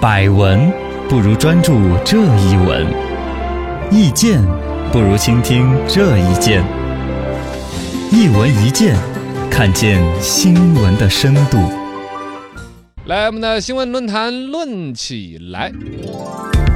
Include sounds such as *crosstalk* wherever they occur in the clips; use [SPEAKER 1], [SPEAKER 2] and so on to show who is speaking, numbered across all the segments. [SPEAKER 1] 百闻不如专注这一闻，意见不如倾听这一见。一闻一见，看见新闻的深度。
[SPEAKER 2] 来，我们的新闻论坛论起来。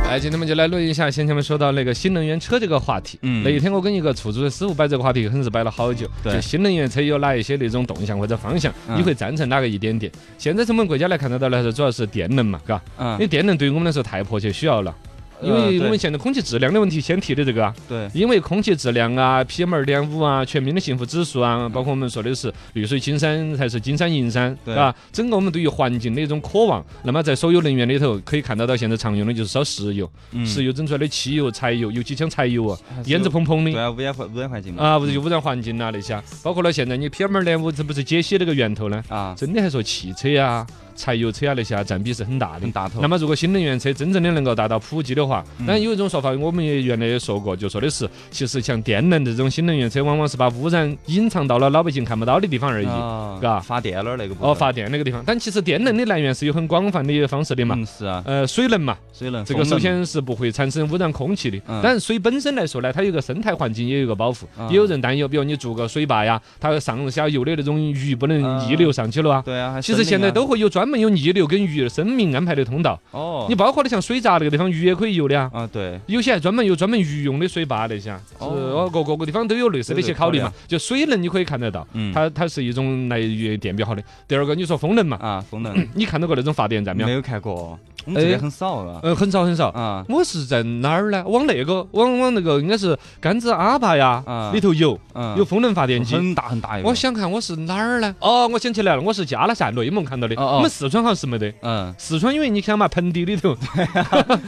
[SPEAKER 2] 来，今天我们就来论一下先前我们说到那个新能源车这个话题。
[SPEAKER 1] 嗯
[SPEAKER 2] 那一天我跟一个出租车师傅摆这个话题，很是摆了好久。
[SPEAKER 1] 对
[SPEAKER 2] 就新能源车有哪一些那种动向或者方向，
[SPEAKER 1] 嗯
[SPEAKER 2] 你会赞成哪个一点点？现在从我们国家来看得到来说，主要是电能嘛，嘎。因
[SPEAKER 1] 嗯，
[SPEAKER 2] 为电能对于我们来说太迫切需要了。因
[SPEAKER 1] 呃
[SPEAKER 2] 为
[SPEAKER 1] 对
[SPEAKER 2] 我们现在空气质量的问题，先提的这个啊，
[SPEAKER 1] 对，
[SPEAKER 2] 因为空气质量啊、PM 二点五啊、全民的幸福指数啊，包括我们说的是绿水青山才是金山银山，
[SPEAKER 1] 对
[SPEAKER 2] 吧？整个我们对于环境的一种渴望，那么在所有能源里头，可以看得到现在常用的就是烧石油，
[SPEAKER 1] 嗯
[SPEAKER 2] 石油整出来的汽油、柴油，尤其像柴油啊，烟子
[SPEAKER 1] 蓬
[SPEAKER 2] 蓬蓬
[SPEAKER 1] 对
[SPEAKER 2] 的。
[SPEAKER 1] 啊，污染环污染环境嘛
[SPEAKER 2] 啊，不是就污染环境呐、那些，啊包括了现在你 PM 二点五，这不是解析那个源头呢？
[SPEAKER 1] 啊，
[SPEAKER 2] 真的还说汽车啊、柴油车啊那些啊，占比是很大的
[SPEAKER 1] 很。大头
[SPEAKER 2] 那。么，如果新能源车真正的能够达到普及的话，
[SPEAKER 1] 哦嗯
[SPEAKER 2] 当然有一种说法，我们也原来也说过，就说的是，其实像电能这种新能源车，往往是把污染隐藏到了老百姓看不到的地方而已。
[SPEAKER 1] 啊
[SPEAKER 2] 嘎
[SPEAKER 1] 发电了那个部分
[SPEAKER 2] 哦，发电那个地方，但其实电能的来源是有很广泛的方式的嘛。
[SPEAKER 1] 嗯是啊，
[SPEAKER 2] 呃，水能嘛，
[SPEAKER 1] 水能
[SPEAKER 2] 这个首先是不会产生污染空气的。
[SPEAKER 1] 嗯
[SPEAKER 2] 当然，水本身来说呢，它有一个生态环境也有一个保护
[SPEAKER 1] 啊。
[SPEAKER 2] 也有人担忧，比如你做个水坝呀，它上下游的那种鱼不能逆流上去了啊。
[SPEAKER 1] 对啊，还
[SPEAKER 2] 其实
[SPEAKER 1] 森林
[SPEAKER 2] 现在
[SPEAKER 1] 啊
[SPEAKER 2] 都会有专门有逆流跟鱼生命安排的通道。
[SPEAKER 1] 哦
[SPEAKER 2] 你包括的像水闸那个地方，鱼也可以游的啊。
[SPEAKER 1] 啊对
[SPEAKER 2] 有些还专门有专门鱼用的水坝那些啊，是
[SPEAKER 1] 哦
[SPEAKER 2] 哦，各各个地方都有类似的一些考虑嘛。就水能你可以看得到
[SPEAKER 1] 嗯，
[SPEAKER 2] 它它是一种来源电比较好的。第二个你说风能嘛，
[SPEAKER 1] 啊风能
[SPEAKER 2] 你看到过那种发电站没
[SPEAKER 1] 没
[SPEAKER 2] 有？
[SPEAKER 1] 有看过，我们这边
[SPEAKER 2] 嗯哎
[SPEAKER 1] 很少啊
[SPEAKER 2] 呃，很少很少。
[SPEAKER 1] 啊
[SPEAKER 2] 我是在哪儿呢？往那个往往那个应该是甘孜阿坝呀
[SPEAKER 1] 啊
[SPEAKER 2] 里头有
[SPEAKER 1] 嗯
[SPEAKER 2] 有风能发电机。
[SPEAKER 1] 很大很大一个
[SPEAKER 2] 我想看我是哪儿呢？哦，我想起来了，我是加拿大内蒙看到的。
[SPEAKER 1] 哦哦
[SPEAKER 2] 我们四川好像是没得。
[SPEAKER 1] 嗯
[SPEAKER 2] 四川因为你想嘛，盆地里头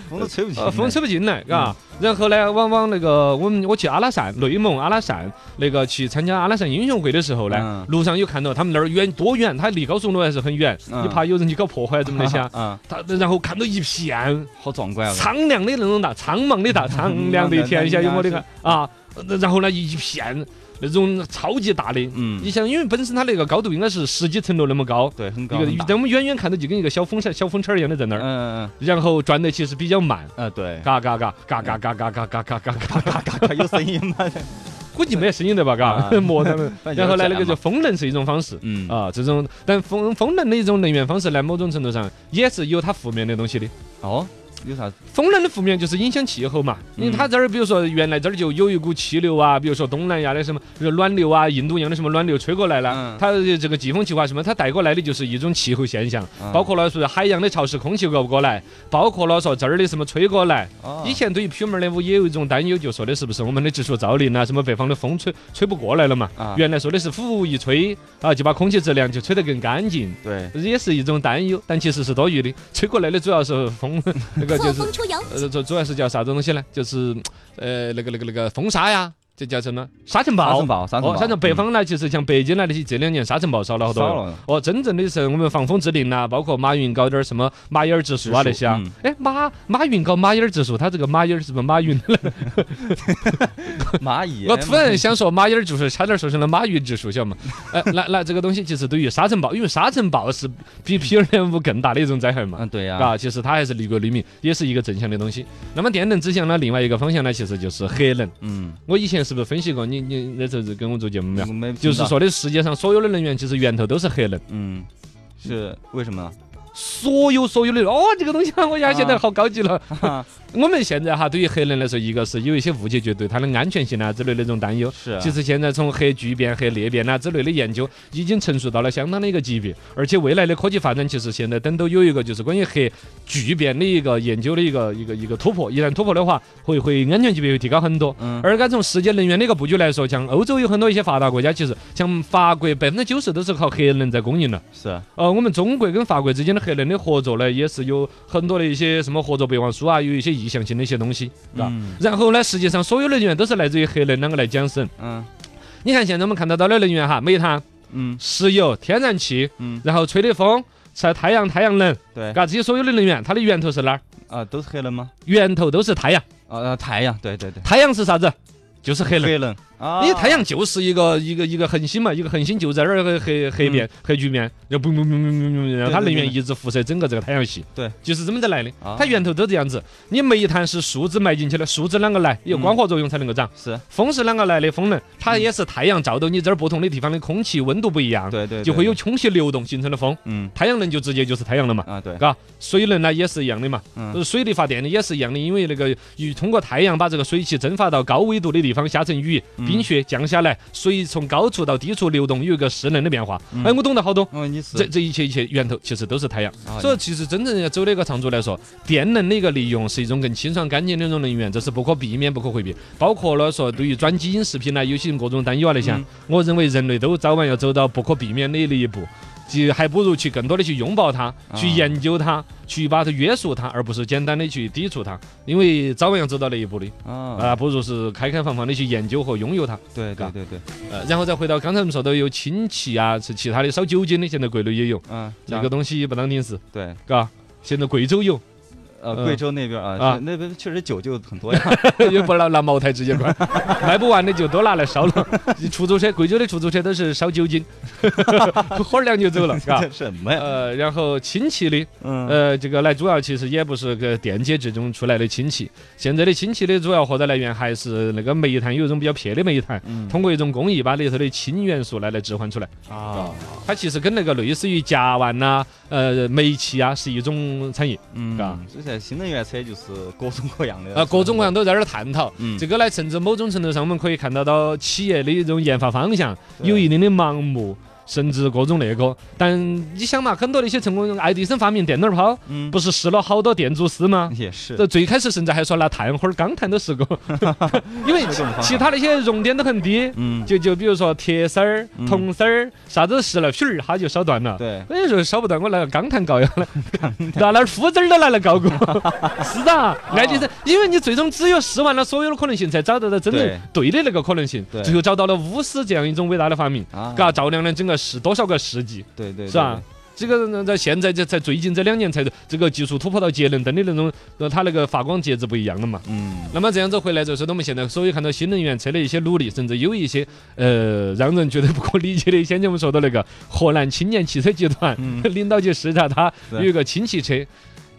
[SPEAKER 1] 风都吹 *laughs* 不起
[SPEAKER 2] 呃，
[SPEAKER 1] 来
[SPEAKER 2] 风吹不进来，嘎、
[SPEAKER 1] 嗯
[SPEAKER 2] 然后呢，往往那个我们我去阿拉善，内蒙阿拉善那个去参加阿拉善英雄会的时候呢，
[SPEAKER 1] 嗯
[SPEAKER 2] 路上有看到他们那儿远多远，它离高速公路还是很远，
[SPEAKER 1] 嗯。
[SPEAKER 2] 你怕有人去搞破坏怎么那些
[SPEAKER 1] *laughs* 啊
[SPEAKER 2] 他然后看到一片
[SPEAKER 1] 好壮观啊
[SPEAKER 2] 苍凉的那种大，苍
[SPEAKER 1] *laughs*
[SPEAKER 2] 茫的大，苍凉的天下有我的个啊！然后呢，一片那种超级大的，
[SPEAKER 1] 嗯
[SPEAKER 2] 你想，因为本身它那个高度应该是十几层楼那么高，
[SPEAKER 1] 对很
[SPEAKER 2] 一
[SPEAKER 1] 高
[SPEAKER 2] 个
[SPEAKER 1] 很大
[SPEAKER 2] 但我们远远看到就跟一个小风车、小风车一样的在那
[SPEAKER 1] 嗯
[SPEAKER 2] 儿，
[SPEAKER 1] 嗯
[SPEAKER 2] 然后转的其实比较慢。
[SPEAKER 1] 嗯啊对
[SPEAKER 2] 嘎嘎嘎嘎嘎嘎嘎嘎嘎嘎嘎嘎，
[SPEAKER 1] 嘎嘎嘎有声音
[SPEAKER 2] *laughs*
[SPEAKER 1] 嘛
[SPEAKER 2] 估计没声音的吧？嘎，
[SPEAKER 1] 啊
[SPEAKER 2] *laughs* 磨
[SPEAKER 1] *laughs*
[SPEAKER 2] 他们。
[SPEAKER 1] 反正就是
[SPEAKER 2] 然后呢，
[SPEAKER 1] 这样
[SPEAKER 2] 那个
[SPEAKER 1] 嘛
[SPEAKER 2] 就风能是一种方式
[SPEAKER 1] 嗯
[SPEAKER 2] 啊，这种但风风能的一种能源方式呢，某种程度上也是有它负面的东西的。
[SPEAKER 1] 哦有啥
[SPEAKER 2] 风能的负面就是影响气候嘛，
[SPEAKER 1] 嗯
[SPEAKER 2] 因为它这儿比如说原来这儿就有一股气流啊，比如说东南亚的什么热暖流啊，印度洋的什么暖流吹过来了
[SPEAKER 1] 嗯，
[SPEAKER 2] 它这个季风气化什么，它带过来的就是一种气候现象，
[SPEAKER 1] 嗯
[SPEAKER 2] 包括了说海洋的潮湿空气过不过来，包括了说这儿的什么吹过来，
[SPEAKER 1] 哦
[SPEAKER 2] 以前对于 PM 二点五也有一种担忧，就说的是不是我们的技术造林啊，什么北方的风吹吹不过来了嘛？
[SPEAKER 1] 啊
[SPEAKER 2] 原来说的是服务一吹啊，就把空气质量就吹得更干净，
[SPEAKER 1] 对
[SPEAKER 2] 这也是一种担忧，但其实是多余的。吹过来的主要是风， *laughs* 那个
[SPEAKER 1] *laughs*
[SPEAKER 2] 就是
[SPEAKER 3] 错峰出游，
[SPEAKER 2] 呃，主主要是叫啥子东西呢？就是呃那个那个那个风沙呀，这叫什么沙尘
[SPEAKER 1] 沙
[SPEAKER 2] 暴
[SPEAKER 1] 尘？暴沙尘暴
[SPEAKER 2] 哦，反正
[SPEAKER 3] 嗯
[SPEAKER 2] 北方呢，其实像北京呢那些，这两年沙尘暴少了好
[SPEAKER 1] 嗯
[SPEAKER 2] 多
[SPEAKER 1] 少
[SPEAKER 2] 了。
[SPEAKER 1] 了
[SPEAKER 2] 哦，真正的是我们防风制定呐、包括马云搞点儿什么马眼儿指数啊那些啊
[SPEAKER 1] 指数。
[SPEAKER 2] 哎、马马云搞马眼儿指数，他这个马眼儿是不是马云？
[SPEAKER 1] 蚂
[SPEAKER 2] *laughs*
[SPEAKER 1] 蚁
[SPEAKER 2] 我突然想说马眼儿指数，差点说成了马云指数，晓得吗？呃，那那这个东西其实对于沙尘暴，因为沙尘暴是比 P 二点五更大的一种灾害嘛。
[SPEAKER 1] 嗯对呀
[SPEAKER 2] 啊，其实它还是利国利民，也是一个正向的东西。那么电能指向呢，另外一个方向呢，其实就是核能。
[SPEAKER 1] 嗯
[SPEAKER 2] 我以前是不是分析过？你你那时候是跟我做节目没有？
[SPEAKER 1] 没
[SPEAKER 2] 就是
[SPEAKER 1] 听到
[SPEAKER 2] 说的世界上所有的能源，其实源头都是核能。
[SPEAKER 1] 嗯是为什么
[SPEAKER 2] 所有所有的哦，这个东西啊我呀现在好高级了。
[SPEAKER 1] 啊
[SPEAKER 2] *laughs* 我们现在哈，对于核能来说，一个是有一些误解，就对它的安全性啊之类的那种担忧。
[SPEAKER 1] 是啊
[SPEAKER 2] 其实现在从核聚变、核裂变呐之啊类的研究，已经成熟到了相当的一个级别，而且未来的科技发展，其实现在等都有一个就是关于核聚变的一个研究的一个一个一个突破。一旦突破的话，会会安全级别会提高很多。
[SPEAKER 1] 嗯
[SPEAKER 2] 而该从世界能源的一个布局来说，像欧洲有很多一些发达国家，其实像法国百分之九十都是靠核能在供应了。
[SPEAKER 1] 是
[SPEAKER 3] 嗯
[SPEAKER 1] 啊
[SPEAKER 2] 呃，我们中国跟法国之间的核能的合作呢，也是有很多的一些什么合作备忘书啊，有一些意向性的一些东西，是吧？
[SPEAKER 1] 嗯
[SPEAKER 2] 然后呢，世界上所有能源都是来自于核能两个来讲省。
[SPEAKER 1] 嗯
[SPEAKER 2] 你看现在我们看得到的能源哈，煤炭、
[SPEAKER 1] 嗯
[SPEAKER 2] 石油、天然气，
[SPEAKER 1] 嗯
[SPEAKER 2] 然后吹的风、晒太阳、太阳能，
[SPEAKER 1] 对
[SPEAKER 2] 嘎，这些所有的能源，它的源头是哪儿？
[SPEAKER 1] 啊都是黑人吗
[SPEAKER 2] 源头都是太阳。
[SPEAKER 1] 啊啊太阳对对对
[SPEAKER 2] 太阳是啥子？就是黑能。
[SPEAKER 3] 黑能啊，
[SPEAKER 2] 因为太阳就是一个一个一个恒星嘛，一个恒星就在那儿个黑黑面黑局面，然后嘣嘣嘣嘣嘣嘣，然后它能源一直辐射整个这个太阳系，
[SPEAKER 3] 对，
[SPEAKER 2] 就是这么在来的
[SPEAKER 3] 啊。
[SPEAKER 2] 它源头都这样子，你煤炭是树脂埋进去的，树脂啷个来？
[SPEAKER 3] 嗯
[SPEAKER 2] 有光合作用才能够长。
[SPEAKER 3] 是，
[SPEAKER 2] 风是啷个来的？风能，它也是太阳照到你这儿不同的地方的空气温度不一样，
[SPEAKER 3] 对对，对
[SPEAKER 2] 就会有，空气流动形成的风。
[SPEAKER 3] 嗯
[SPEAKER 2] 太阳能就直接就是太阳能嘛，
[SPEAKER 3] 啊，对，
[SPEAKER 2] 嘎，水能呢也是一样的嘛，
[SPEAKER 3] 嗯
[SPEAKER 2] 呃水力发电的也是一样的，因为那个雨通过太阳把这个水汽蒸发到高纬度的地方，下成雨，
[SPEAKER 3] 嗯
[SPEAKER 2] 冰雪降下来，水从高处到低处流动，有一个势能的变化。哎，我懂得好多。
[SPEAKER 3] 哦，你是
[SPEAKER 2] 这，这一切一切源头其实都是太阳，
[SPEAKER 3] 啊
[SPEAKER 2] 所以其实真正要走的一个长足来说，电能的一个利用是一种更清爽干净的一种能源，这是不可避免、不可回避。包括了说对于转基因食品呢，有些各种担忧啊那些
[SPEAKER 3] 嗯，
[SPEAKER 2] 我认为人类都早晚要走到不可避免的那一步，就还不如去更多的去拥抱它，去研究它，去把它约束它，而不是简单的去抵触它，因为早晚要走到那一步的
[SPEAKER 3] 啊，
[SPEAKER 2] 啊，不如是开开放放的去研究和拥有它。
[SPEAKER 3] 对对
[SPEAKER 2] 嘎
[SPEAKER 3] 对对，
[SPEAKER 2] 呃，然后再回到刚才我们说到有氢气啊，是其他的烧酒精的，现在国内也有。
[SPEAKER 3] 嗯，
[SPEAKER 2] 这
[SPEAKER 1] 啊
[SPEAKER 2] 个东西不当定是，
[SPEAKER 3] 对，
[SPEAKER 2] 嘎。现在贵州有，
[SPEAKER 3] 呃，
[SPEAKER 2] 嗯
[SPEAKER 3] 贵州那边啊，
[SPEAKER 2] 啊
[SPEAKER 3] 是那边确实酒就很多呀，
[SPEAKER 2] *laughs* 也不拿拿茅台直接
[SPEAKER 3] *laughs*
[SPEAKER 2] 灌，卖不完的就都拿来烧了。出租车，贵州的出租车都是烧酒精， *laughs* 喝两就走了，嘎。
[SPEAKER 3] *laughs* 这什么呀？
[SPEAKER 2] 呃，然后氢气的，
[SPEAKER 3] 嗯，
[SPEAKER 2] 呃，这个来主要其实也不是个电解质中出来的氢气，现在的氢气的主要获得来源还是那个煤炭，有一种比较撇的煤炭，
[SPEAKER 3] 嗯
[SPEAKER 2] 通过一种工艺把里头的氢元素来来置换出来。
[SPEAKER 3] 啊，
[SPEAKER 2] 它其实跟那个类似于甲烷呐、呃煤气啊是一种产业，嘎
[SPEAKER 3] 嗯，这些新能源车就是各种各呃样的
[SPEAKER 2] 啊，各种各样，都在那儿探讨。
[SPEAKER 3] 嗯，
[SPEAKER 2] 这个呢，甚至某种程度上，我们可以看到到企业的一种研发方向
[SPEAKER 3] 对
[SPEAKER 2] 有一定的盲目，甚至各种那个。但你想嘛，很多那些成功，爱迪生发明电灯泡，
[SPEAKER 3] 嗯，
[SPEAKER 2] 不是试了好多电阻丝吗？
[SPEAKER 3] 也是，
[SPEAKER 2] 这最开始甚至还说拿炭火、钢炭都试
[SPEAKER 3] *laughs*
[SPEAKER 2] 过，因为
[SPEAKER 3] 各种方法
[SPEAKER 2] 其他那些熔点都很低，
[SPEAKER 3] 嗯，
[SPEAKER 2] 就就比如说铁丝儿
[SPEAKER 3] 嗯、
[SPEAKER 2] 铜丝儿，啥子试了，咻儿它就烧断了。
[SPEAKER 3] 对，
[SPEAKER 2] 我有时候烧哎不断，我拿个钢炭搞下来，拿那儿斧子儿都拿来
[SPEAKER 3] *laughs*
[SPEAKER 2] 搞过，是
[SPEAKER 3] 啊
[SPEAKER 2] 的，爱迪生，因为你最终只有试完了所有的可能性，才找到了真正对的那个可能性
[SPEAKER 3] 对，
[SPEAKER 2] 最后找到了钨丝这样一种伟大的发明，
[SPEAKER 3] 啊，
[SPEAKER 2] 嘎，照亮了整个世多少个世纪，
[SPEAKER 3] 对对，
[SPEAKER 2] 是吧？这个在现在这在最近这两年才这个技术突破到节能灯的那种，呃它那个发光介质不一样了嘛。
[SPEAKER 3] 对？对嗯，
[SPEAKER 2] 那么这样子回来就是，我们现在所有看到新能源车的一些努力，甚至有一些呃让人觉得不可理解的。先前我们说到那个河南青年汽车集团、 *laughs*
[SPEAKER 3] 嗯
[SPEAKER 2] 领导去视察它
[SPEAKER 3] 对
[SPEAKER 2] 有一个氢气车。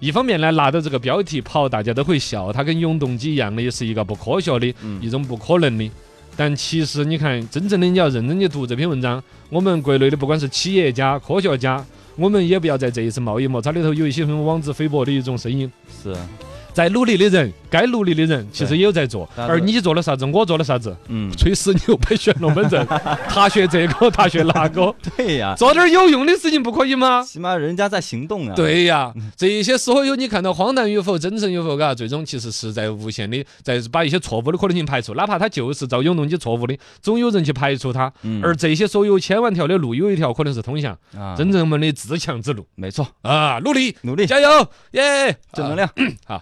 [SPEAKER 2] 一方面呢，拿到这个标题跑，大家都会笑，它跟永动机一样的，也是一个不科学的、
[SPEAKER 3] 嗯
[SPEAKER 2] 一种不可能的。但其实你看，真正的你要认真去读这篇文章，我们国内的不管是企业家、科学家，我们也不要在这一次贸易摩擦里头有一些什么妄自菲薄的一种声音。
[SPEAKER 3] 是，
[SPEAKER 2] 在努力的人，该努力的人其实也有在做，
[SPEAKER 3] 大家
[SPEAKER 2] 而
[SPEAKER 3] 都
[SPEAKER 2] 你做了啥子，我做了啥子， *laughs*
[SPEAKER 3] 嗯，
[SPEAKER 2] 吹死牛掰选龙门
[SPEAKER 3] *laughs*
[SPEAKER 2] 阵，他学这个，他学那个，
[SPEAKER 3] 对呀，
[SPEAKER 2] 做点有用的事情不可以吗？
[SPEAKER 3] 起码人家在行动啊，，
[SPEAKER 2] 对呀，这些所有你看到荒诞与否、真诚与否，嘎，最终其实是在无限的在把一些错误的可能性排除，哪怕它就是照永动机错误的，总有人去排除它。
[SPEAKER 3] 嗯，
[SPEAKER 2] 而这些所有千万条的路，有一条可能是通向
[SPEAKER 3] 啊，
[SPEAKER 2] 真正我们的自强之路
[SPEAKER 3] 没错，
[SPEAKER 2] 啊！努力，
[SPEAKER 3] 努力
[SPEAKER 2] 加油，耶！
[SPEAKER 3] 啊正能量。
[SPEAKER 2] 好。